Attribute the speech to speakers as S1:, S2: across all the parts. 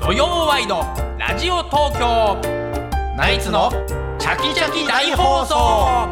S1: 土曜ワイドラジオ東京ナイツのチャキチャキ大放送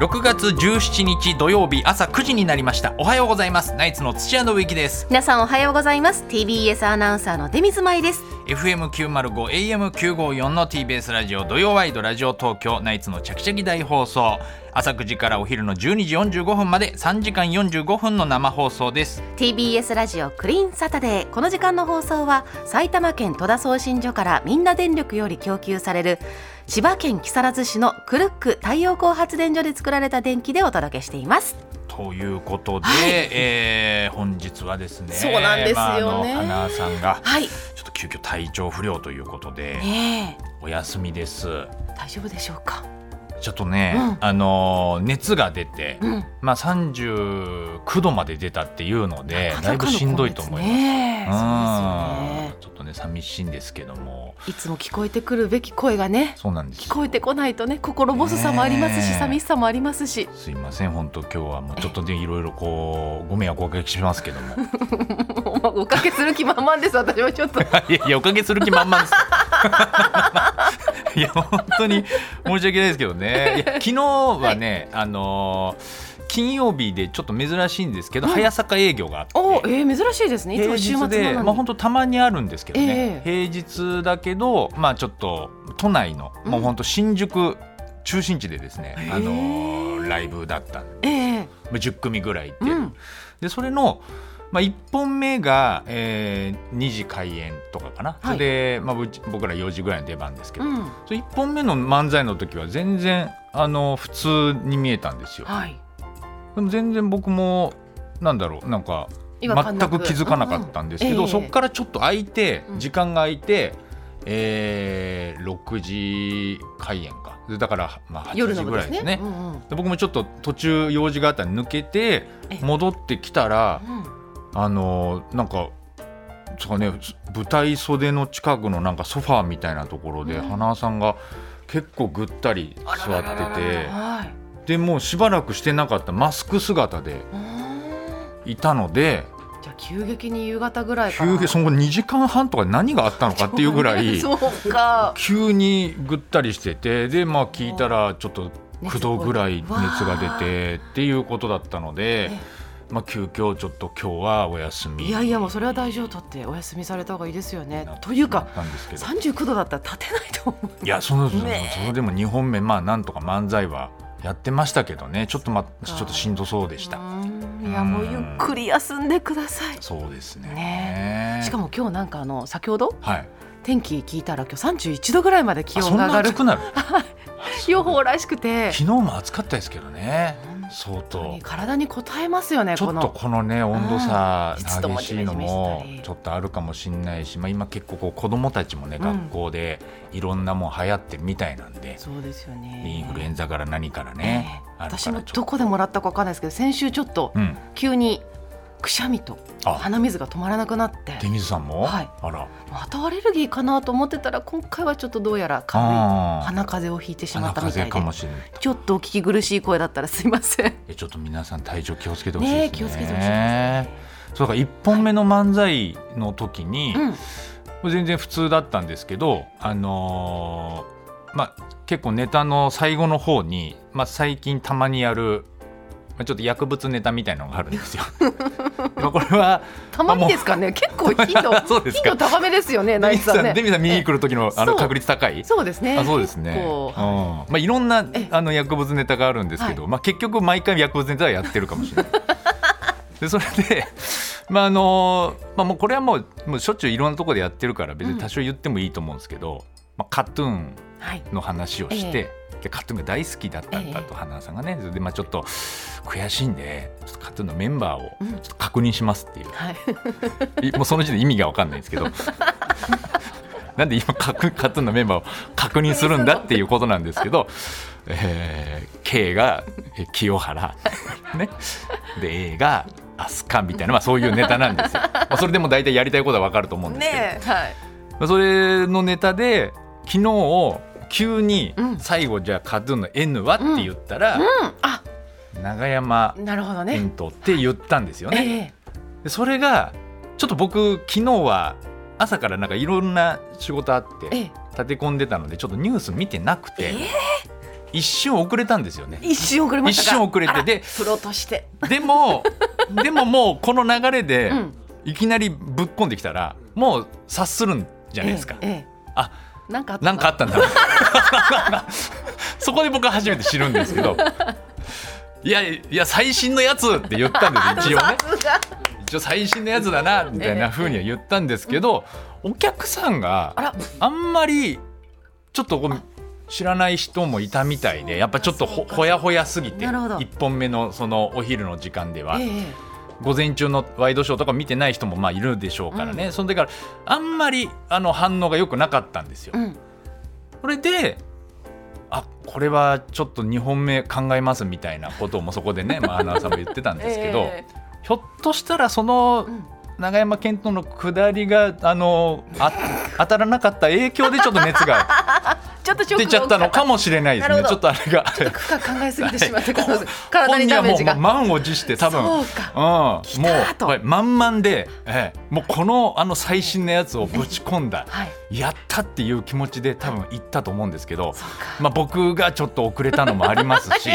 S1: 6月17日土曜日朝9時になりましたおはようございますナイツの土屋信之です
S2: 皆さんおはようございます TBS アナウンサーの出水舞です
S1: FM905 AM954 の TBS ラジオ土曜ワイドラジオ東京ナイツのチャキチャキ大放送朝9時からお昼の12時45分まで3時間45分の生放送です
S2: TBS ラジオクリーンサタデーこの時間の放送は埼玉県戸田送信所からみんな電力より供給される千葉県木更津市のクルック太陽光発電所で作られた電気でお届けしています
S1: ということで、えー本日はですね
S2: そうなんですよね
S1: まあ、あの花さんが
S2: は
S1: ち
S2: い
S1: ょっと急遽体調不良ということで、
S2: ね
S1: お休みです
S2: え大丈夫でしょうか
S1: ちょっとね、
S2: うん
S1: あのー熱が出て、
S2: うん
S1: まあ、39度まで出たっていうのでだいぶしんどいと思います。
S2: ねえそうですよ
S1: うんちょっとね寂しいんですけども
S2: ねいつも聞こえてくるべき声がね
S1: そうなんです
S2: 聞こえてこないとね心細さもありますし、
S1: ねえ
S2: 寂しさもありますし
S1: すいません本当今日はもうちょっとでいろいろこうご迷惑をおかけしますけども
S2: もうおかけする気満々です私はちょっと
S1: いやいやおかけする気満々ですいや本当に申し訳ないですけどねいや昨日はね、あのー金曜日でちょっと珍しいんですけど、
S2: うん
S1: 早坂営業があって
S2: おえー、珍しいですねいつも週
S1: 平
S2: 末な
S1: 日で、
S2: のに、
S1: まあ、本当たまにあるんですけどね、
S2: え
S1: 平日だけど、まあ、ちょっと都内の、
S2: うん
S1: もう本当新宿中心地でですね、あのー
S2: へえ
S1: ライブだったんで
S2: ええ
S1: まあ10組ぐらいいて、
S2: うん
S1: でそれの、まあ、1本目が、えー2時開演とかかな、
S2: はい
S1: それで、まあ、うち僕ら4時ぐらいの出番ですけど、
S2: うん
S1: そ1本目の漫才の時は全然あの普通に見えたんですよ。
S2: はい
S1: でも全然僕もなんだろうなんか
S2: 違和感
S1: 全
S2: なく
S1: く気づかなかったんですけど、
S2: うんうん
S1: そこからちょっと空いて
S2: うん
S1: 時間が空いて、えー6時開演かでだから、まあ、8
S2: 夜
S1: 時
S2: の部
S1: ぐらい
S2: で
S1: ですす
S2: ね
S1: ね
S2: うんうん
S1: で僕もちょっと途中用事があったんで抜けて
S2: ええ
S1: 戻ってきたら
S2: うん
S1: あのーなんか。そうね、舞台袖の近くのなんかソファーみたいなところで、
S2: うん
S1: 花輪さんが結構ぐったり
S2: あ
S1: 座
S2: ら
S1: っ
S2: ららら
S1: てて
S2: はい
S1: でもうしばらくしてなかったマスク姿で
S2: うーん
S1: いたので
S2: じゃあ急激に夕方ぐらいから
S1: 急にその2時間半とか何があったのかっていうぐらい
S2: そうか
S1: 急にぐったりしててでまあ聞いたらちょっと9度ぐらい熱が出てっていうことだったので
S2: え、
S1: まあ、急遽ちょっと今日はお休み
S2: いやいやもうそれは大丈夫とってお休みされた方がいいですよね
S1: なっ
S2: という
S1: な
S2: か
S1: ったんですけど
S2: 39度だったら立てないと思う
S1: いやそのその
S2: ねえ
S1: それでも2本目まあなんとか漫才はやってましたけどねちょっとまち
S2: そっ
S1: ょ
S2: か
S1: っとしんどそうでした
S2: うーんいやもうゆっくり休んでください
S1: そうですね
S2: ねしか
S1: も
S2: も今日なんかあの先ほど
S1: はい
S2: 天気聞いたら今日31度ぐらいまで気
S1: あそ
S2: 温
S1: ん
S2: が上
S1: な
S2: がる
S1: 暑くなる
S2: 予報らしくて
S1: 昨日も暑かったですけどね
S2: 本
S1: 相
S2: 本当
S1: 当
S2: に体に応えますよね
S1: ちょ
S2: こ
S1: っと
S2: の
S1: このね温度差
S2: うん湿度も
S1: 激しいのも
S2: ジメジメしたり
S1: ちょっとあるかもしれないし、まあ、今結構こう子どもたちもね
S2: うん
S1: 学校でいろんなもん流行ってるみたいなんで、
S2: そうですよね
S1: インフルエンザから何からね
S2: ね、
S1: ある
S2: 私
S1: から
S2: も
S1: ちょ
S2: ど
S1: っと
S2: こでもらったかわかんないですけど先週ちょっと
S1: うん、
S2: 急にくしゃみと
S1: あ
S2: 鼻水が止まらなくなって
S1: 出水さんも、
S2: はい
S1: あら
S2: またアレルギーかなと思ってたら今回はちょっとどうやら軽い
S1: あー
S2: 鼻風邪をひいてしま
S1: 鼻
S2: った
S1: 風
S2: みた
S1: 邪
S2: い
S1: かも
S2: で
S1: しれない
S2: ちょっとお聞き苦しい声だったらすいません
S1: えちょっと皆さん体調気をつけてほしいですね
S2: ね気をつけてほしいですね
S1: そうだから1本目の漫才の時に、
S2: うん
S1: 全然普通だったんですけど、あのーまあ、結構ネタの最後の方に、まあ、最近たまにやる、まあ、ちょっと薬物ネタみたいなのがあるん ですよ。まあこれは
S2: たまにですかね結構頻度
S1: そうです
S2: 頻
S1: か
S2: 度高めですよねナ
S1: デ
S2: イ
S1: ミ
S2: ツさ
S1: さ
S2: ん
S1: ん
S2: ね
S1: デミさん見に来る時のあ
S2: そ
S1: の
S2: う
S1: 確率高い
S2: そうですね
S1: あそうですね、
S2: 結
S1: うん
S2: 構
S1: まあ、いろんな
S2: ええ
S1: あの薬物ネタがあるんですけど、まあ、結局毎回薬物ネタはやってるかもしれ ない。でそれでまああのまあ、もうこれはもうもうしょっちゅういろんなところでやってるから別に多少言ってもいいと思うんですけど、まあ、カトゥーン
S2: はい
S1: の話をして、でカトゥーンが大好きだったんだと、花さんがねそれで、まあ、ちょっと悔しいんでちょっとカトゥーンのメンバーを
S2: うん
S1: ちょっと確認しますっていう、
S2: はい
S1: いもうその時点で意味が分かんないんですけ どなんで今カクカトゥーンのメンバーを確認するんだっていうことなんですけど、えー K がえー清原、ね、で A が飛鳥みたいな、まあ、そういうネタなんですよ。まあ、それでも大体やりたいことは分かると思うんですけど、
S2: ねえはい
S1: まあそれのネタで昨日急に
S2: うん
S1: 最後じゃあカトゥーンの N はって言ったら、
S2: うんあ
S1: 永山
S2: なるほど
S1: エン
S2: ね
S1: トって言ったんですよね。
S2: ええ
S1: でそれがちょっと僕昨日は朝からなんかいろんな仕事あって
S2: ええ
S1: 立て込んでたのでちょっとニュース見てなくて
S2: え
S1: 一瞬遅れたんですよね
S2: 一瞬遅れました
S1: 一
S2: か
S1: 瞬遅れて
S2: あら
S1: で
S2: プロとして
S1: でも でももうこの流れで
S2: うん
S1: いきなりぶっこんできたらもう察するんじゃないですか
S2: ええええ
S1: あ
S2: なんかあった
S1: なんかあったんだ そこで僕は初めて知るんですけどいやいや最新のやつって言った んです一応ね
S2: さすが
S1: 一応最新のやつだなみたいな風には言ったんですけどお客さんが
S2: あら
S1: あんまりちょっとこう知らない人もいたみたいでやっぱちょっとほほやほやすぎて
S2: なるほど
S1: 1本目のそのお昼の時間では
S2: ええ
S1: 午前中のワイドショーとか見てない人もまあいるでしょうからね、その時からあんまりあの反応が良くなかったんですよ。
S2: うん
S1: それであこれはちょっと2本目考えますみたいなこともそこでね、まあ、アナウンサーも言ってたんですけど、
S2: え
S1: ひょっとしたらそ
S2: え
S1: の
S2: うん
S1: 永山絢斗の下りがあのあ当たらなかった影響でちょっと熱が
S2: ちょっとショッ
S1: 出
S2: ク
S1: ちゃったのかもしれないです
S2: なる
S1: ねち
S2: ほど
S1: ょっとあれが
S2: ちょっと区間考えすぎてしまった可能性体
S1: 本
S2: に
S1: 人
S2: ダ
S1: は
S2: メー
S1: も
S2: ジ
S1: う
S2: が
S1: 満を持して多分
S2: そうか
S1: うん、も
S2: 来
S1: う
S2: たーと
S1: これ満々で、ええ、もうこのあの最新のやつをぶち込んだ、
S2: はい
S1: やったっていう気持ちで多分行ったと思うんですけど、
S2: そうか
S1: まあ、僕がちょっと遅れたのもあります し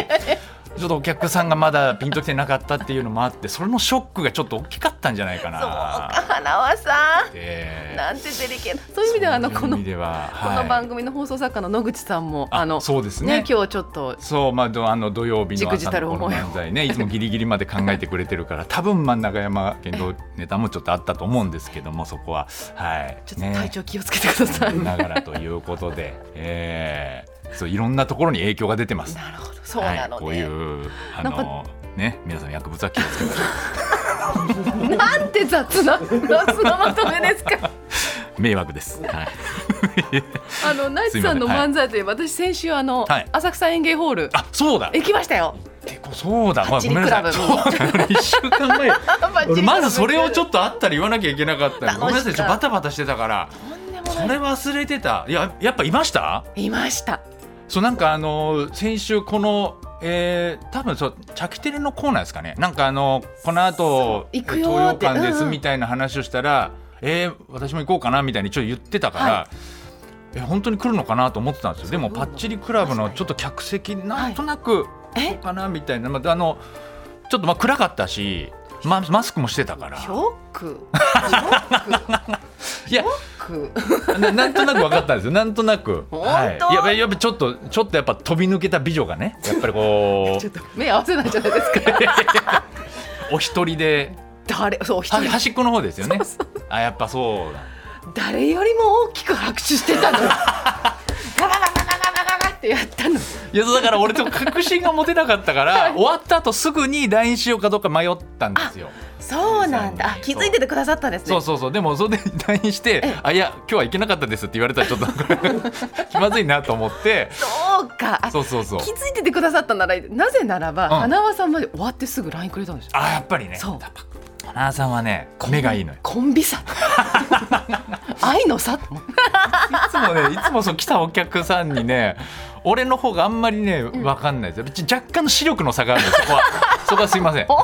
S1: ちょっとお客さんがまだピンときてなかったっていうのもあってそれのショックがちょっと大きかったんじゃないか
S2: そう
S1: な
S2: か花輪さん
S1: え
S2: なんてデリケートそういう意味ではあのこの
S1: 意味では、
S2: こ
S1: はい
S2: の番組の放送作家の野口さんもあ
S1: あ
S2: の
S1: そうです
S2: ね
S1: ね
S2: 今日ちょっと
S1: そうまあどあの土曜日の
S2: じくじた
S1: 朝
S2: る
S1: のこ
S2: 思
S1: の
S2: いを
S1: 漫才ねいつもギリギリまで考えてくれてる から多分真ん中山剣道ネタもちょっとあったと思うんですけどもそこははい
S2: ちょっと体調気をつけてください。
S1: ながらということで、えーそういろんなところに影響が出てます。
S2: なるほどそうな
S1: は
S2: の
S1: い、こうい
S2: ね。
S1: うあ
S2: なんか
S1: のね皆さん薬物は気をつけましょ
S2: なんて雑な雑なまとめで すか。
S1: う迷惑です。はい。
S2: あのナイツさんの漫才といえば、私先週あの、
S1: はい
S2: 浅草園芸ホール
S1: あそうだ。
S2: 行きましたよ。
S1: 結構そうだ。まあ
S2: パッチ
S1: ご
S2: リ
S1: めんなさい。
S2: ク
S1: そ
S2: ラ
S1: う
S2: ブ
S1: だよ俺一週間前。俺まずそれをちょ
S2: っ
S1: っとあったら言わなきゃいけなかったの。ごめんなさい。ちょっとバタバタしてたから。
S2: ととんでも
S1: そ
S2: ない
S1: れ忘れてた。いややっぱいました？
S2: いました。
S1: そうなんかあの先週この、えー、多分そうチャキテレのコーナーですかねなんかあのこの後
S2: そう行く
S1: 東
S2: よーっ
S1: 洋
S2: て
S1: 館で
S2: うん
S1: す
S2: うん
S1: みたいな話をしたら、えー私も行こうかなみたいにちょっと言ってたから、
S2: は
S1: え本当に来るのかなと思ってたんですよでも
S2: そう
S1: パッチリクラブのちょっと客席なんとなく
S2: え
S1: こうかなみたいな、まあ、あのちょっとまあ暗かったし、ま、マスクもしてたから
S2: ショック。ショ
S1: いや
S2: ック。
S1: ななんとなく分かったんですよなんとなく
S2: 本当
S1: い、やっぱやっぱちょっとちょっとやっぱ飛び抜けた美女がねやっぱりこう
S2: ちょっと目合わせないじゃないですか。
S1: お一人で
S2: 誰そう一
S1: は
S2: 人
S1: 端っこの方ですよねあやっぱそうだ
S2: 誰よりも大きく拍手してたの。ガバガバガバガバガバってやったの。
S1: いやだから俺と確信が持てなかったから、終わった後すぐに LINE しようかどうか迷ったんですよ
S2: そうなんだ。あ気づいててくださったんですね。
S1: そうそうそうでもそれで LINE して
S2: ええ
S1: 「あいや今日は行けなかったです」って言われたらちょっと 気まずいなと思って
S2: そうか。あ
S1: そうそうそう
S2: 気づいててくださったならなぜならば、
S1: うん
S2: 花輪さんまで終わってすぐ LINE くれたんですよ
S1: あやっぱりね
S2: そう
S1: やっぱ花さんはね目がいいのよ
S2: コン ビ差愛の差
S1: いつもね、いつもそう来たお客さんにね、俺の方があんまりね、わかんないですよ。別に若干の視力の差があるんです。そこは、そこはすいませ ん。
S2: 本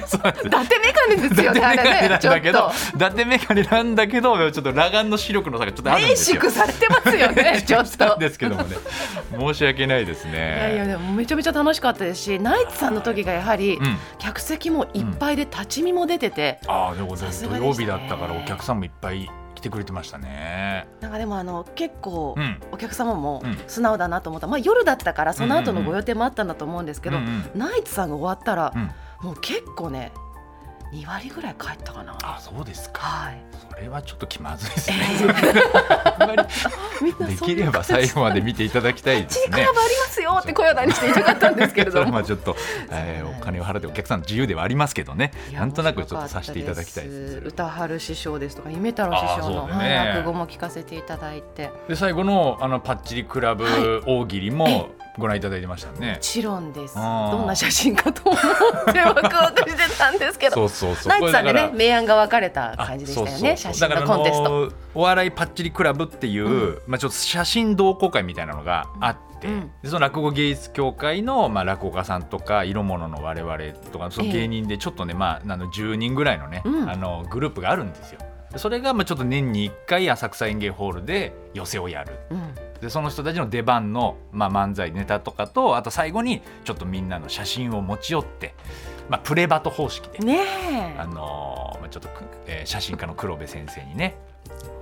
S2: 当
S1: そうなんです
S2: 伊達メガネですよねあ
S1: メガネ
S2: れ
S1: な
S2: ね
S1: ん
S2: ちょっ
S1: だけど
S2: と、
S1: 伊達メガネなんだけど、ちょっと裸眼の視力の差がちょっとあるん
S2: レー
S1: です
S2: シッ
S1: よ。
S2: クされてます よねちょっ
S1: なん
S2: と
S1: ですけどもね、申し訳ないですね。
S2: いやいやでもめちゃめちゃ楽しかったですしナイツさんの時がやはり、
S1: うん。
S2: 客席もいっぱいで立ち見も出てて、
S1: ああ、でも
S2: さす
S1: 土
S2: がでしたね
S1: 曜日だったからお客さんもいっぱい来てくれてましたね。
S2: なんかでもあの結構、
S1: うん。
S2: お客様も
S1: うん
S2: 素直だなと思った、まあ夜だったからその後のご予定もあったんだと思うんですけど、
S1: うんうん
S2: ナイツさんが終わったら
S1: う、ん。
S2: もう結構ね2割ぐらい帰ったかな
S1: あ、そうですか。
S2: はい
S1: それはちょっと気まずいです
S2: え
S1: ね。
S2: ー
S1: あんまり
S2: みんな
S1: で
S2: そ
S1: き
S2: ん
S1: れ
S2: な
S1: ば
S2: 形
S1: 最後まで見ていただきたいで
S2: チ
S1: す
S2: リク
S1: ね
S2: ラ。ブありますよって声を何して言いたかったんですけれ
S1: そ
S2: ど
S1: はま
S2: も
S1: あちょっと、え
S2: そうなんで
S1: ー、
S2: す
S1: お金を払ってお客さんの自由ではありますけどね
S2: いや
S1: なんとなくちょっとさせていただきたいで
S2: 面
S1: す
S2: 白か
S1: ね
S2: った歌春師匠ですとか夢太郎師匠の、
S1: あーそうだ
S2: はい
S1: ね
S2: 落語も聞かせていただいても
S1: で最後のあのパッチリクラブ
S2: は
S1: 大喜利もご覧いただいてましたね、
S2: ちろんです
S1: あー
S2: どんな写真かと思ってワクワクしてたんですけど
S1: そうそうそう
S2: ナイツさんで
S1: これだ
S2: ね
S1: から
S2: 明暗が分かれた
S1: あ
S2: 感じでしたよね
S1: そうそう
S2: 写
S1: そう
S2: 真のコンテス
S1: だからあ
S2: ト。
S1: のお笑いパッチリクラブっていう、
S2: うん
S1: まあ、ちょっと写真同好会みたいなのがあって、
S2: うん
S1: でその落語芸術協会の、まあ、落語家さんとか色物の我々とかその芸人でちょっとね、まあ、あの10人ぐらいのね、
S2: うん
S1: あのグループがあるんですよ。それがまあちょっと年に1回浅草園芸ホールで寄せをやる
S2: うん
S1: でその人たちの出番の、まあ、漫才ネタとかとあと最後にちょっとみんなの写真を持ち寄って、まあ、プレバト方式で、
S2: ね
S1: あのーまあ、ちょっとく、えー写真家の黒部先生にね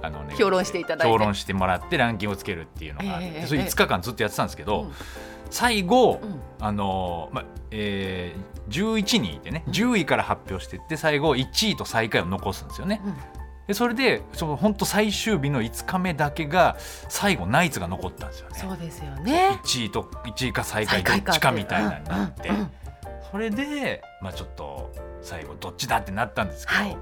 S1: あのね
S2: 評論していただいて
S1: 評論してもらってランキングをつけるっていうのがあって、
S2: ええええ
S1: それ5日間ずっとやってたんですけ
S2: え、
S1: ど、
S2: うん
S1: 最後、
S2: うん
S1: あのーまあえー11人いてね10位から発表していって最後1位と最下位を残すんですよね。
S2: うん
S1: でそれでその本当最終日の5日目だけが最後ナイツが残ったんですよね。
S2: そうですよね。
S1: 1位と1位か最下
S2: 最
S1: 位ど
S2: 下位
S1: っ
S2: か
S1: ちかみたいなになって、
S2: うんうんうん
S1: それで、まあ、ちょっと最後どっちだってなったんですけど、
S2: はい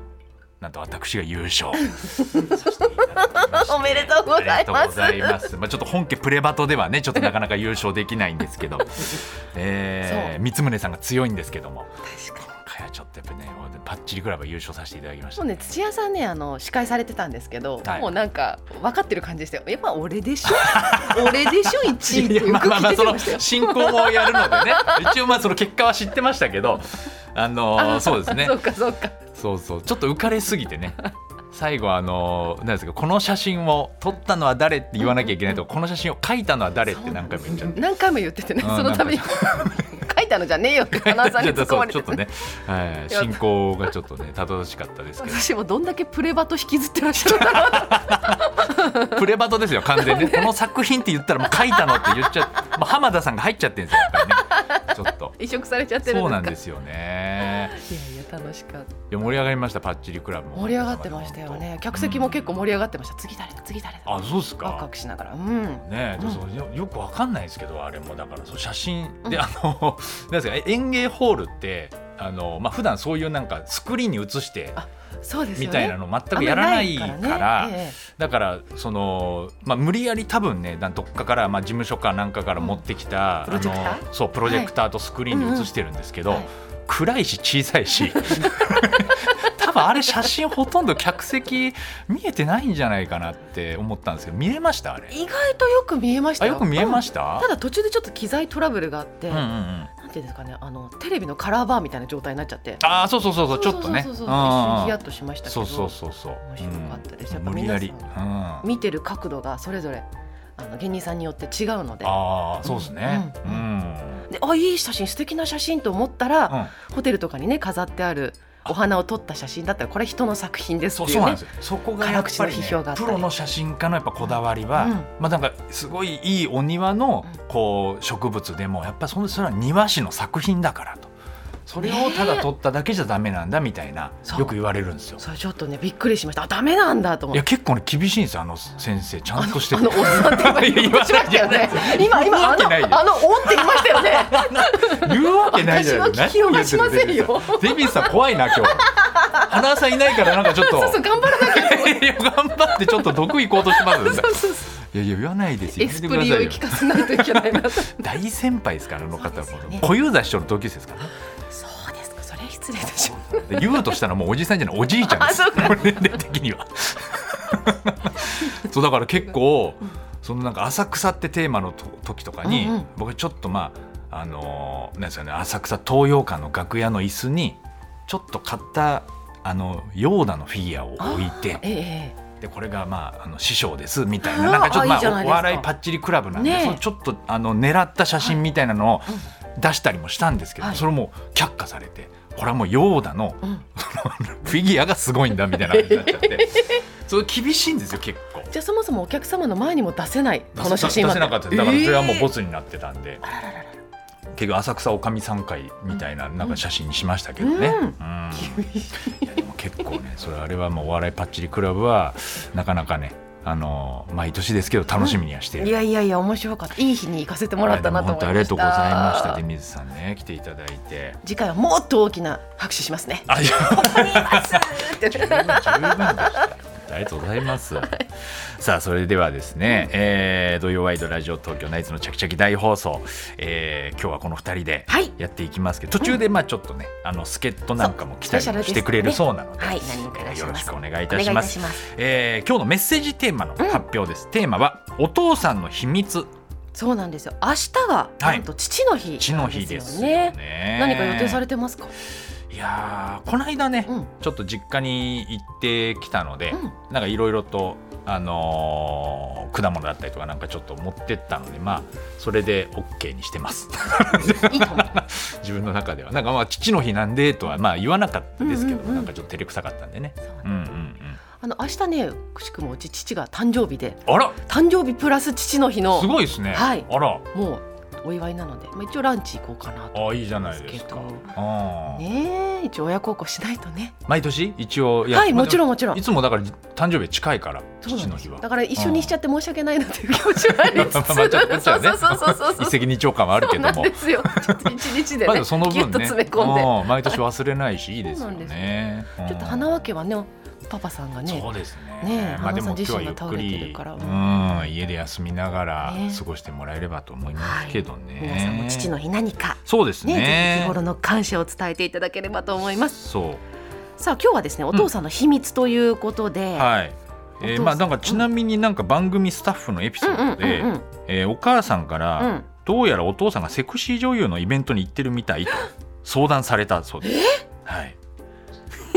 S1: なんと私が優勝 させていただきまして
S2: おめでとうございます
S1: ありがとうございますまあ、ちょっと本家プレバトではねちょっとなかなか優勝できないんです けど、えー、三宗さんが強いんですけども
S2: 確かに。
S1: 今回はちょっとやっぱねパッチリクラブ優勝させていただきました
S2: もうね土屋さんねあの司会されてたんですけど、
S1: はい
S2: もうなんか分かってる感じでしたよ。やっぱ俺でしょ。 俺でしょ一位ってよ
S1: まあ
S2: く
S1: まあま
S2: 聞
S1: あ
S2: いて
S1: そ
S2: ま
S1: の
S2: したよ。
S1: 進行をやるのでね一応まあその結果は知ってましたけどあのー そうですね
S2: そうかそうか。
S1: そうそうちょっと浮かれすぎてね 最後あのなんですかこの写真を撮ったのは誰って言わなきゃいけないとこの写真を描いたのは誰って何回も言っちゃって。
S2: 何回も言っててね
S1: うん
S2: そのために書いたのじゃねえよって花さんに突っ込まれ
S1: ちょ
S2: て
S1: っと
S2: て、
S1: ね、はい、進行がちょっとね、たどたどしかったですけ
S2: 私もどんだけプレバと引きずってらっしゃるんだろう。
S1: ど、プレバトですよ、完全にね、この作品って言ったら、もう書いたのって言っちゃう、もう浜田さんが入っちゃってるんですよ、やっぱりね、ちょっと
S2: 移植されちゃってるん
S1: そう
S2: ですか
S1: なんですよね。
S2: いやいや楽しかった
S1: いや、盛り上がりました、パッチリクラブも。
S2: 盛り上がってましたよね客席も結構盛り上がってました次誰だ次誰だ
S1: あ、そうですか。
S2: ワクワクしながらうん
S1: ねえ、
S2: うん
S1: そうよよくわかんないですけどあれもだからそう写真で、
S2: うん
S1: あの なんですか園芸ホールってあの、まあ普段そういうなんかスクリーンに映して
S2: そうです
S1: み
S2: よね
S1: たいなの全くやらないか
S2: あ
S1: ら
S2: んまりないからねえ
S1: だからその、まあ、無理やり多分ねなんどっかから、まあ、事務所かなんかから持ってきた、
S2: うんプロジェクター
S1: あのそうプロジェクターとスクリーンに映してるんですけど、
S2: はい
S1: 暗いし小さいし 多分あれ写真ほとんど客席見えてないんじゃないかなって思ったんですけど見えましたあれ
S2: え意外とよく見えまし
S1: あ
S2: た
S1: よく見えま
S2: し
S1: した、
S2: ただ途中でちょっと機材トラブルがあって、
S1: うんうんうん
S2: なんていうんですかねあのテレビのカラーバーみたいな状態になっちゃって
S1: ああそうそうそうそうちょっとね
S2: そう
S1: う
S2: そうそうそう一瞬ヒヤッ
S1: ん
S2: としましたけ
S1: そ
S2: ど
S1: うそうそうそう
S2: 面白かったです
S1: うん
S2: やっぱ
S1: 無理やりう
S2: 皆
S1: ん
S2: さ
S1: あ
S2: 見てる角度がそれぞれあの芸人さんによって違うので
S1: あーそうですね
S2: う
S1: うんん
S2: う
S1: うんん
S2: であいい写真素敵な写真と思ったら、ホテルとかにね飾ってあるお花を撮った写真だったらこれ人の作品です
S1: そ
S2: っ
S1: う
S2: てい
S1: そう
S2: う
S1: なん
S2: ね
S1: ですよそこがやっぱりね
S2: 辛口の批評があった
S1: プ
S2: り
S1: ロの写真家のやっぱこだわり
S2: うん
S1: はまあなんかすごいいいお庭の
S2: うん
S1: こう植物でもやっぱそのそれは庭師の作品だからとそれをただ撮っただけじゃダメなんだみたいな
S2: そう
S1: よく言われるんですよ
S2: それちょっとねびっくりしましたあダメなんだと思
S1: い
S2: っ
S1: や
S2: て
S1: 結構ね厳しいんですよあの先生ちゃんとして
S2: あのおっさんって今言いましたよね 今
S1: 言う
S2: 今あ
S1: わけないよ
S2: のあのおって言いましたよね
S1: 言うわけないじ
S2: 私
S1: ゃ
S2: は
S1: ない
S2: 聞き逃しませんよ
S1: デビンさん怖いな今日。花さんいないからなんかちょっと
S2: そうそう頑張らなきゃ
S1: いや頑張ってちょっと毒行こうとしてます。
S2: そうそうそう
S1: いやいや言わないですよ。
S2: エ
S1: 言っ
S2: ス
S1: て
S2: プ
S1: くだ
S2: リ
S1: さ
S2: を
S1: いよ
S2: 聞かせないといけない な
S1: 大先輩ですからあの方も
S2: そうですよね
S1: 小遊三師匠の同級生ですからね。
S2: そうですかそれ失礼でしょ
S1: で言うとしたらもうおじさんじゃないおじいちゃんです。
S2: あそうか
S1: これ年齢的には。 そうだから結構そのなんか浅草ってテーマのと時とかに、
S2: うんうん
S1: 僕ちょっとまああのーなんですかね浅草東洋館の楽屋の椅子にちょっと買ったあのヨーダのフィギュアを置いて。
S2: ええ
S1: でこれがまああの師匠ですみたい
S2: あ
S1: な
S2: ー
S1: なんかちょっと
S2: いいじゃ
S1: ま
S2: な
S1: あおお
S2: いですか
S1: 笑いパッチリクラブなんで、
S2: ねえ
S1: そのちょっとあの狙った写真みたいなのを出したりもしたんですけど、
S2: はい
S1: それも却下されてこれはもうヨーダの
S2: ええうん
S1: フィギュアがすごいんだみたいな話になっちゃって それ厳しいんですよ結構。
S2: じゃあそもそもお客様の前にも出せないこの写真
S1: 出
S2: は
S1: せなかったですだからそれはもうボツになってたんで、結局浅草おかみさん会みたいななんか写真にしましたけどね、う
S2: うん
S1: んいやでも結構ねそれあれはもうお笑いパッチリクラブはなかなかねあの毎年ですけど楽しみにはしている
S2: いやいやいや面白かったいい日に行かせてもらったなと思いました
S1: あれでも本当ありがとうございました出水さんね来ていただいて
S2: 次回はもっと大きな拍手しますね
S1: あいや
S2: って
S1: 十分でした。ありがとうございます。さあそれではですね、えー、土曜ワイドラジオ東京ナイツのチャキチャキ大放送、えー、今日はこの二人で
S2: はい
S1: やっていきますけど、途中でまあちょっとねあの助っ人なんかも来たり
S2: そう
S1: も
S2: スペシャルゲスト
S1: してくれる
S2: ね
S1: そうなので、
S2: はい何人かいらっしゃ
S1: よ
S2: い
S1: ろ
S2: ま
S1: し
S2: す
S1: くお願いいたします。
S2: ます
S1: えー、今日のメッセージテーマの発表です。テーマはお父さんの秘密
S2: そうなんですよ明日が
S1: は
S2: ないんと父の日
S1: 地
S2: な
S1: の
S2: ん
S1: 日
S2: で
S1: ですす
S2: よ
S1: よ
S2: ね
S1: ね。
S2: 何か予定され
S1: て
S2: てますか
S1: いやーこの間ね、
S2: うん
S1: ちょっと実家に行ってきたので、
S2: うん
S1: なんかいろいろと、あのー果物だったりとかなんかちょっと持ってったのでまあそれで OK にしてます
S2: いいと思う。
S1: 自分の中ではなんかまあ父の日なんでとはまあ言わなかったですけど、
S2: うんうんうん
S1: なんかちょっと照れくさかったんでね、うんうんうん、
S2: あの明日ね、くしくもうち父が誕生日で、
S1: あら
S2: 誕生日プラス父の日の
S1: すごいですね、
S2: はい
S1: あら
S2: もうお祝いなので、まあ一応ランチ行こうかなと。
S1: あいいじゃないですか
S2: ですけど
S1: あー
S2: ねえ、一応親孝行しないとね。
S1: 毎年一応や
S2: はい、もちろ
S1: ん
S2: んもちろん
S1: い。つもだから誕生日近いから
S2: そうな
S1: 父
S2: ん
S1: の
S2: です
S1: 日は
S2: だから一緒にしちゃって申し訳ないなという気持ちはあり つ
S1: まあまあちょっとこっ
S2: つ、
S1: ちはね
S2: そうそうそうそ う
S1: 一
S2: そう。
S1: 石二鳥感はあるけど
S2: そう
S1: も
S2: なんですよ。ちょっと一日で
S1: まあで
S2: ね、
S1: もその
S2: ぎゅっ
S1: 分
S2: と
S1: ね
S2: 詰め込んで。
S1: うん毎年忘れないしいいですよ
S2: そうなんです
S1: ねうん
S2: ちょっと花輪家はね、パパさんがね
S1: そ、うですね
S2: ね
S1: まあでも
S2: 花
S1: 今日
S2: 輪さん
S1: はゆっく
S2: 自身が倒れて
S1: り
S2: るから
S1: うん家で休みながら
S2: ね
S1: 過ごしてもらえればと思いますけどね
S2: 皆さんも父の日何か。
S1: そうです
S2: ね、ぜひ
S1: ね
S2: 日頃の感謝を伝えていただければと思います。
S1: そ
S2: さあ今日はですね、お父さんの秘密ということで、
S1: うはい
S2: お父
S1: えー
S2: さん
S1: まあなんかちなみになんか番組スタッフのエピソ
S2: うんうん
S1: ードで
S2: うん
S1: えーお母さんか
S2: うんう
S1: ら
S2: ん。
S1: どうやらお父さんがセクシー女優のイベントに行ってるみたいと相談されたそうです。はい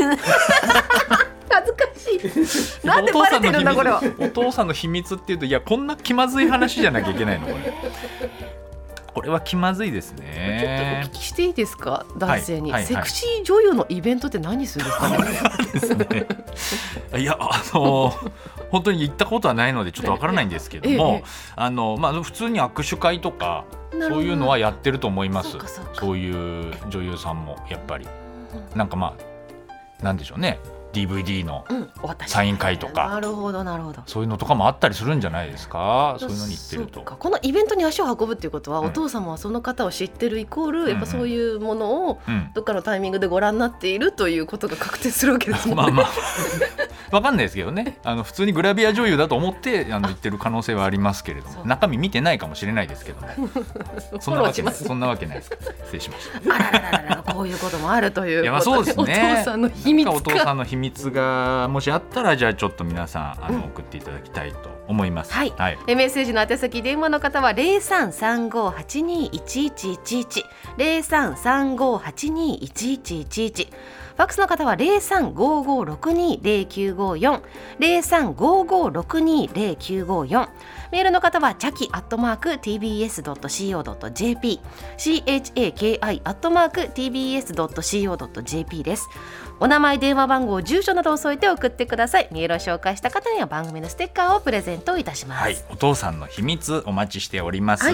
S2: 恥ずかし い。なんでバレてるんだこれは。
S1: お父さんの秘密っていうといやこんな気まずい話じゃなきゃいけないのこれこれは気まずいです
S2: ちょっとお
S1: ね
S2: 聞きしていいですか、男性に、
S1: はいはい
S2: セクシー女優のイベントって何するんですかね。
S1: ですねいやあの本当に行ったことはないのでちょっとわからないんですけども、
S2: ええ
S1: あのまあ、普通に握手会とか
S2: なる
S1: そう
S2: ほど
S1: いうのはやってると思います
S2: そうかそうか
S1: そういう女優さんもやっぱりなんかまあなんでしょうね DVD の
S2: うん、お渡し
S1: サイン会とか
S2: なるほど、なるほど。
S1: そういうのとかもあったりするんじゃないですかそういうのに行ってる
S2: そう
S1: と。
S2: かこのイベントに足を運ぶっていうことは、
S1: うん
S2: お父様はその方を知ってるイコール、
S1: ん
S2: やっぱそういうものを。
S1: うん
S2: どっかのタイミングでご覧になっているということが確定するわけですもん ね。
S1: まあまあわかんないですけどねあの普通にグラビア女優だと思ってあの言ってる可能性はありますけれど
S2: そ
S1: も
S2: う
S1: 中身見てないかもしれないですけどもそんな
S2: フォロ
S1: わ
S2: ー
S1: け
S2: し
S1: な
S2: ま
S1: い
S2: す
S1: そんなわけないですか失礼しま した
S2: あらららららこういうこともあるということ
S1: いやまあそうですね
S2: お父さんの秘密
S1: な
S2: か。
S1: んかお父さんの秘密がもしあったらじゃあちょっと皆さんあ
S2: うん
S1: の送っていただきたいと思います、
S2: はい
S1: はい、
S2: えメッセージの宛先電話の方は零三三五八二一一一一零三三五八二一一一一ファックスの方は零三五五六二零九五四零三五五六二零九五四メールの方はチャキアットマーク tbs ドット co ドット jp c h a k i アットマーク tbs ドット co ドット jp です。お名前、電話番号、住所などを添えて送ってください。メールを紹介した方には番組のステッカーをプレゼントいたします。
S1: はい、お父さんの秘密お待ちしております、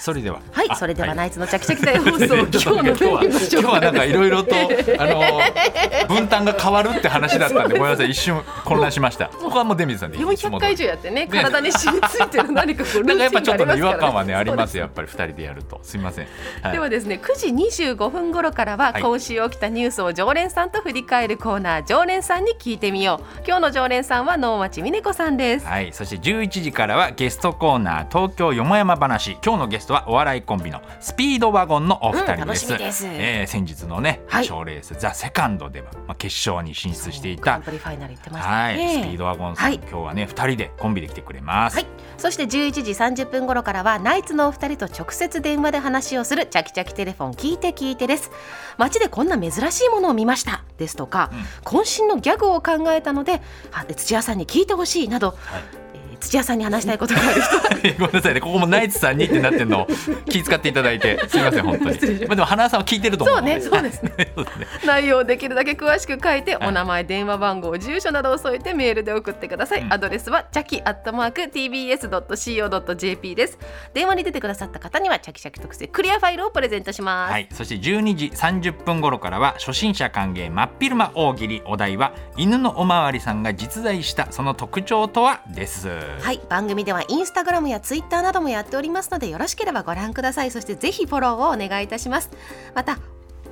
S1: それでは
S2: はい、
S1: あ
S2: それでは
S1: は
S2: ナイツのチャキチ ャキ大放送、
S1: ちょっと
S2: 今日
S1: 今
S2: の
S1: 日は
S2: メインの
S1: 今日はなんかいろいろとあ の分担が変わるって話だったんでごめんなさい一瞬混乱しましたここはもうデミズさんでいいです
S2: 400回以上やってね、体に染み付いてる何かこうル
S1: なんかやっ
S2: ーティ
S1: ぱ
S2: ン
S1: ちょ
S2: が
S1: っ
S2: あり
S1: と
S2: ま
S1: ね違
S2: すか
S1: 和
S2: ら
S1: 感
S2: ね。
S1: はねあります
S2: そう
S1: よやっぱり二人でやるとすみません、はい、
S2: ではですね、9時25分頃からは
S1: はい
S2: 今週起きたニュースを常連さんと振り返るコーナー、常連さんに聞いてみよう。今日の常連さんは能町美ね子さんです。
S1: はい、そして11時からはゲストコーナー東京よもやま話今日のゲストはお笑いコンビのスピードワゴンのお二
S2: うん
S1: 人
S2: 楽
S1: で
S2: し
S1: す,、
S2: みです
S1: えー先日のね
S2: はい
S1: 賞、レースザセカンドでは、まあ、決勝に進出してい
S2: グラ
S1: た
S2: ンプリファイナル行ってましたね。
S1: はい、スピードワゴンさん、
S2: はい
S1: 今日はね二人でコンビで来てくれます、
S2: はい、そして11時30分頃からはナイツのお二人と直接電話で話をするチャキチャキテレフォン聞いて聞いてです街でこんな珍しいものを見ましたですとか、渾身のギャグを考えたのであ土屋さんに聞いてほしいなど、えー土屋さんに話したいことがあ る人は
S1: ごめんなさいね、ここもナイツさんにってなってるのを気遣っていただいて、すみません、本当に。まあ、でも、花輪さんは聞いてると思
S2: そううん
S1: で。
S2: ねそうですね
S1: そうですね。
S2: 内容をできるだけ詳しく書いて、
S1: はい
S2: お名前電話番号住所などを添えてメールで送ってください、
S1: うん
S2: アドレスはチャキアットマーク tbs.co.jp です電話に出てくださった方にはチャキチャキ特製クリアファイルをプレゼントします、
S1: はい、そして12時30分頃からは初心者歓迎真っ昼間大喜利お題は犬のおまわりさんが実在したその特徴とはです。はい、
S2: はい、番組ではインスタグラムやツイッターなどもやっておりますのでよろしければご覧くださいそしてぜひフォローをお願いいたしますまた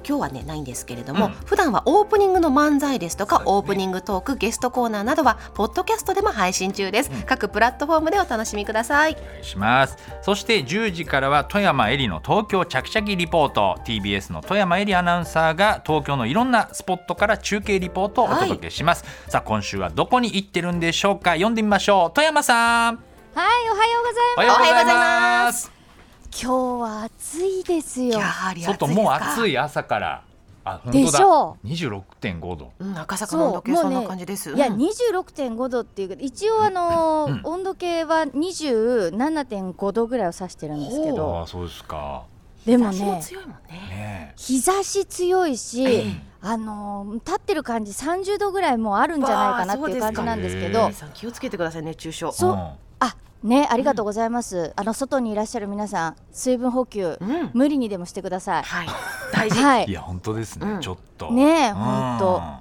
S2: 今日はねないんですけれども、
S1: うん
S2: 普段はオープニングの漫才ですと
S1: そ
S2: か
S1: うですね
S2: オープニングトークゲストコーナーなどはポッドキャストでも配信中です、各プラットフォームでお楽しみください
S1: お願いします。そして10時からは富山えりの東京ちゃきちゃきリポート TBS の富山えりアナウンサーが東京のいろんなスポットから中継リポートをお届けします。さあ今週はどこに行ってるんでしょうか読んでみましょう。富山さん。
S3: はい、おはようござい
S1: おはよ
S3: ます。
S1: うござ
S2: おはよう
S1: い
S2: ござい
S1: ま。
S2: ます
S3: 今日は暑いですよ。
S2: はり
S1: 外もう暑
S2: い
S1: い朝からあ本
S3: で
S1: 当
S3: し
S1: だ
S3: ょ
S1: 26.5度
S2: うん、赤坂の温度計
S3: そう
S2: そん
S3: も
S2: な
S3: うね
S2: 感じです。
S3: ういや
S2: うん
S3: 26.5度っていうけど一応あのー
S1: うん
S3: 温度計は27.5度ぐらいを指してるんですけ
S1: あ
S3: ど
S1: あそうですか
S3: でも
S2: 日も
S3: ね
S2: 強いもんね。
S1: ね
S3: 日差し強い
S1: え
S3: しあのー立ってる感じ30度ぐらいもうあるんじゃないかなっていう感じなんですけ
S1: わあそう
S3: ど
S1: で
S2: 皆さん気をつけてくださいね、熱中症。
S3: そうんあねありがとうございますあの外にいらっしゃる皆さん水分補給
S2: うん。
S3: 無理にでもしてください
S2: はい。大事。
S3: はい
S1: や本当ですね、
S2: うん
S1: ちょっと
S3: いねえ
S1: うん
S3: 本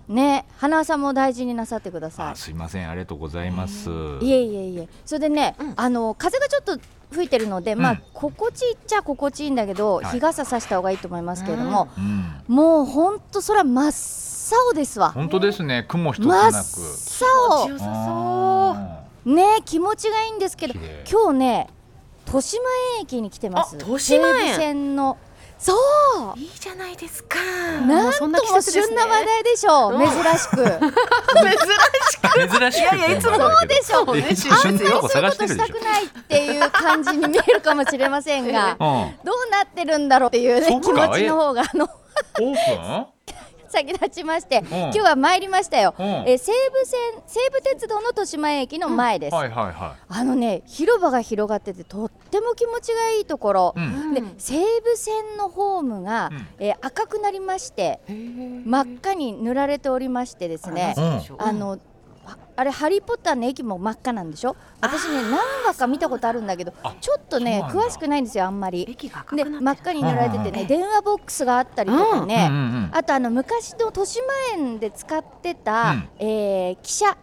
S3: 当ね花輪さんも大事になさってくださ
S1: あすいませんありがとうございます
S3: いいえいえいえそれでね
S2: うん
S3: あの風がちょっと吹いてるのでま
S1: うん
S3: あ心地いいっちゃ心地いいんだけど
S1: はい
S3: 日傘さした方がいいと思いますけれども
S1: うん
S3: もうほんと空真っ青ですわ
S1: 本当ですね雲一つ
S3: 真
S1: な
S3: っ
S1: く
S3: 青
S2: 強さそう。
S1: あ
S3: ね気持ちがいいんですけど
S1: 綺麗
S3: 今日ね豊島園駅に来てます
S2: あ豊島園
S3: 西武線のそう
S2: いいじゃないですか。
S3: なん
S2: う
S3: と
S2: そ
S3: も旬な話題でしょ
S2: う
S3: うん珍しく
S1: 珍しく
S2: いやいやいつも
S1: そうで
S3: しょ
S1: う一緒にとこ
S3: そういう
S1: 探
S3: こ
S1: してる
S3: と
S1: で
S3: した
S1: しょ
S3: くないっていう感じに見えるかもしれませ んが
S1: うん
S3: どうなってるんだろうっていうね
S1: そっ
S3: 気
S1: か
S3: 持ちの方があの
S1: オー
S3: 先立ちまして
S1: プン、うん、
S3: 今日は参りましたよ、
S1: うん
S3: えー西武線西武鉄道の豊島園駅の前です、
S1: はいはいは
S3: あのね広場が広がっててとっても気持ちがいいところ
S1: い、う、ん
S3: で西武線のホームが、
S1: うん
S3: えー赤くなりまして真っ赤に塗られておりましてですね
S1: あらまず
S3: あのああれ「ハリー・ポッター」の駅も真っ赤なんでしょ私ね何話か見たことあるんだけど
S1: あ
S3: ちょっとね
S1: そうなんだ
S3: 詳しくないんですよあんまり。
S2: 駅が赤くな
S3: で
S2: ってる
S3: 真っ赤に塗られてて
S1: うんうんう
S3: ね
S2: ん
S3: 電話ボックスがあったりとか
S1: う
S3: ね
S1: んうんうん
S3: あとあの昔の豊島園で使ってた、
S1: うん
S3: えー汽車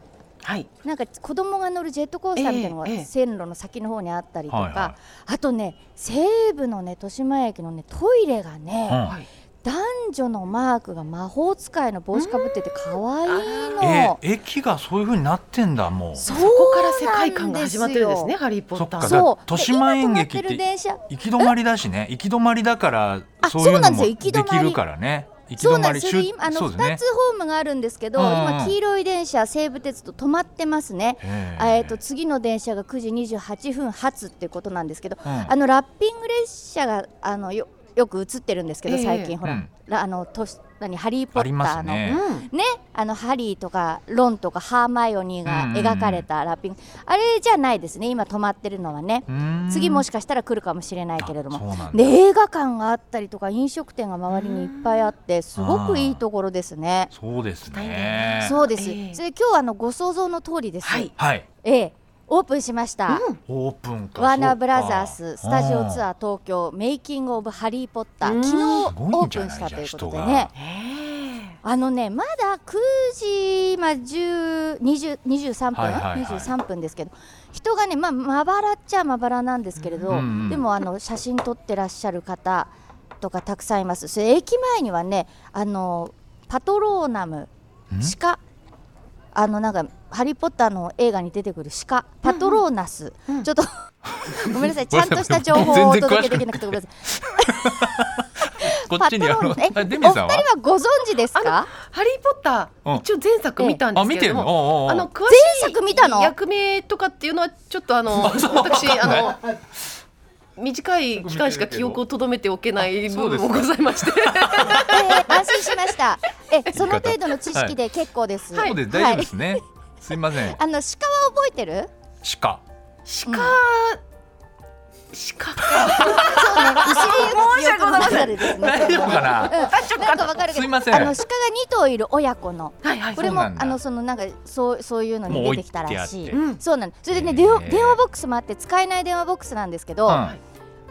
S2: はい。
S3: なんか子供が乗るジェットコースターみたいなのが
S2: ええええ
S3: 線路の先の方にあったりとか、
S1: はいは
S3: あとね西武のね豊島駅のねトイレがね、
S1: うん
S2: はい。
S3: 男女のマークが魔法使いの帽子かぶってて可愛いの。
S1: え駅がそういう風になってんだもう
S2: そ
S3: そ
S2: こから世界観が始まってるんですね、
S3: う
S2: ハリー・ポッタ
S1: そ
S2: ー
S1: っか
S2: の。
S3: そう。
S1: 豊島園駅って
S3: で今止まる電車。
S1: 行き止まりだしね行き止まりだから
S3: あ
S1: そういう
S3: そうな
S1: のも
S3: んですよ
S1: で
S3: 行き
S1: き
S3: 止まり
S1: るからね行き
S3: そう
S1: 止
S3: な
S1: ま
S3: んで
S1: り
S3: す。
S1: 中
S3: それ今あ
S1: そ
S3: の
S1: う
S3: 二
S1: で
S3: つ
S1: すね
S3: ホームがあるんですけど、
S1: うんうん
S3: 今黄色い電車西武鉄道止まってますね。
S1: へ
S3: あえっと次の電車が9時28分発っていうことなんですけど、
S1: うん
S3: あのラッピング列車があのよよく映ってるんですけど、
S2: ええ
S3: 最近ほら、
S1: うん
S3: らあのとし何ハリー・ポ
S1: あり
S3: ッター
S1: ます
S3: の
S1: ね
S2: うん。
S3: ね、あのハリーとかロンとかハーマイオニーが描かれたラッピング、あれじゃないですね今止まってるのはね、次もしかしたら来るかもしれないけれども
S1: も
S3: で映画館があったりとか飲食店が周りにいっぱいあってすごくいいところですね。
S1: そうです
S2: 行きたいんだ
S1: ね
S3: そうです、
S2: ええ
S3: それで今日はあのご想像の通りです、
S2: はい
S1: はい
S3: ええオープンしました、
S2: うん
S1: オープンか
S3: ワーナーブラザー
S1: そう
S3: ス
S1: か
S3: スタジオツア
S1: うん
S3: ー東京メイキング・オブ・ハリー・ポッタ
S2: う
S3: ー
S2: ん
S3: 昨日
S1: すご
S3: オ
S1: いん
S3: ー
S1: じゃない
S3: プンしたということで
S1: じゃあ人
S3: ね
S1: が
S2: え
S3: あのねまだ9時、まあ、10 20 23分、
S1: はいはいはい
S3: 23分ですけど人がね、まあ、まばらっちゃまばらなんですけれど、
S1: うんうん
S3: でもあの写真撮ってらっしゃる方とかたくさんいますそれ駅前にはねあのパトローナム鹿あのなんか「ハリー・ポッター」の映画に出てくる鹿パトローナス、
S2: うん
S3: ち ょっとごめんなさいち
S1: ごめ
S3: ゃ
S1: ん
S3: ん
S1: な
S3: と
S1: さい
S3: した情報をお届けできなくてごめんなさい
S1: こっ
S3: パト
S1: ち
S3: ロ
S1: にあ
S3: ー
S1: の
S3: ナスえ
S1: あデ
S3: お
S1: ミ
S3: 二人
S1: さん
S3: は
S1: は
S3: ご存知ですか
S2: ハリー・ポッタ
S1: うん
S2: ー、一応前作見たんで
S1: あ
S2: すけ
S1: 見て
S2: れど
S1: るの
S2: も、
S1: おうおうおう
S2: あの詳しい
S3: 前作見たの
S2: 役名とかっていうのはちょっとあ の私あの短い期間しか記憶をとどめておけない部分もございまして、
S3: えー安心しました。え、その程度の知識で結構です。
S1: そうです大丈夫ですねすいません
S3: あの鹿は覚えてる？
S1: 鹿
S2: 鹿鹿
S3: そう
S2: 申
S3: ね。
S2: し訳ございません
S3: ん。ですね。
S1: 大丈夫かな
S3: うんなんかわかるけど、
S1: すいません
S3: あの鹿が二頭いる親子の。
S2: はいはい
S3: これ
S1: そ
S3: も
S1: うな
S3: あ
S1: んだ
S3: のそのなんかそうそういうのに出てきたらし
S1: もう置い
S3: い
S1: て。
S2: うん
S3: そうなの。それで
S1: へー
S3: ね電話電話ボックスもあって使えない電話ボックスなんですけど、
S1: うん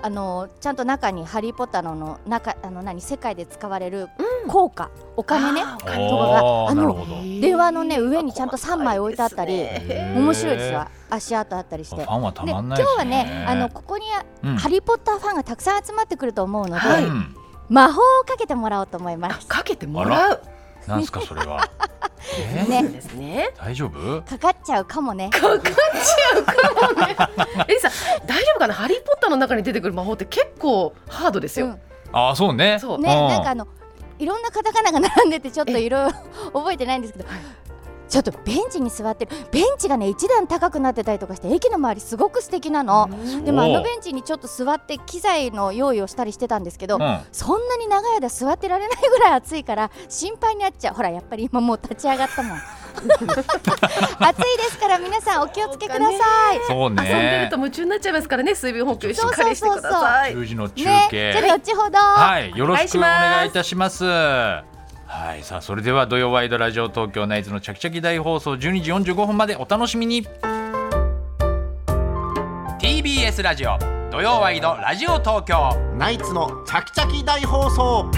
S3: あのちゃんと中にハリーポッターのの中あの何世界で使われる硬貨、お金ね
S2: あー
S3: とかが
S1: おー
S3: あ
S1: なる
S3: の
S1: ほど
S3: 電話のね上にちゃんと三枚置いてあったり
S1: へー
S3: 面白いですわ足跡あったりし
S1: フ
S3: て。
S1: ァンはた
S3: で
S1: まん
S3: 今
S1: ないで
S3: 日
S1: す
S3: は
S1: ね
S3: ねあのここにあ
S1: うん
S3: ハリー・ポッターファンがたくさん集まってくると思うので、
S2: はい
S1: うん
S3: 魔法をかけてもらおうと思いま
S2: あ
S3: す。
S2: かけてもらう
S1: なんすかそれはえ
S3: ね
S2: そうですね。
S1: 大丈夫
S3: かかっちゃうかもね。
S2: かかっちゃうかもね。エリさん、大丈夫かな？ハリーポッターの中に出てくる魔法って結構ハードです
S3: う
S2: よ。
S3: ん
S1: あそうね
S2: そう。
S3: ね、
S1: うん
S3: なんかあのいろんなカタカナが並んでてちょっといろいろ覚えてないんですけど、ちょっとベンチに座ってるベンチがね一段高くなってたりとかして駅の周りすごく素敵なの、でもあのベンチにちょっと座って機材の用意をしたりしてたんですけ
S1: う
S3: ど、
S1: ん
S3: そんなに長い間座ってられないぐらい暑いから心配になっちゃうほらやっぱり今もう立ち上がっ たもん暑いですから皆さんお気をつけください
S1: そう
S2: 遊んでる
S1: ね
S2: と。夢中になっちゃいますからね水分補給しっかりしてください
S1: 10時の中
S3: ね
S1: 継。
S3: じゃあ後ほど、
S1: はい、よろしくお
S2: お願
S1: 願
S2: い
S1: い
S2: し
S1: いたします。はい、さあそれでは土曜ワイドラジオ東京ナイツのチャキチャキ大放送12時45分までお楽しみに。TBS ラジオ土曜ワイドラジオ東京。
S4: ナイツのチャキチャキ大放送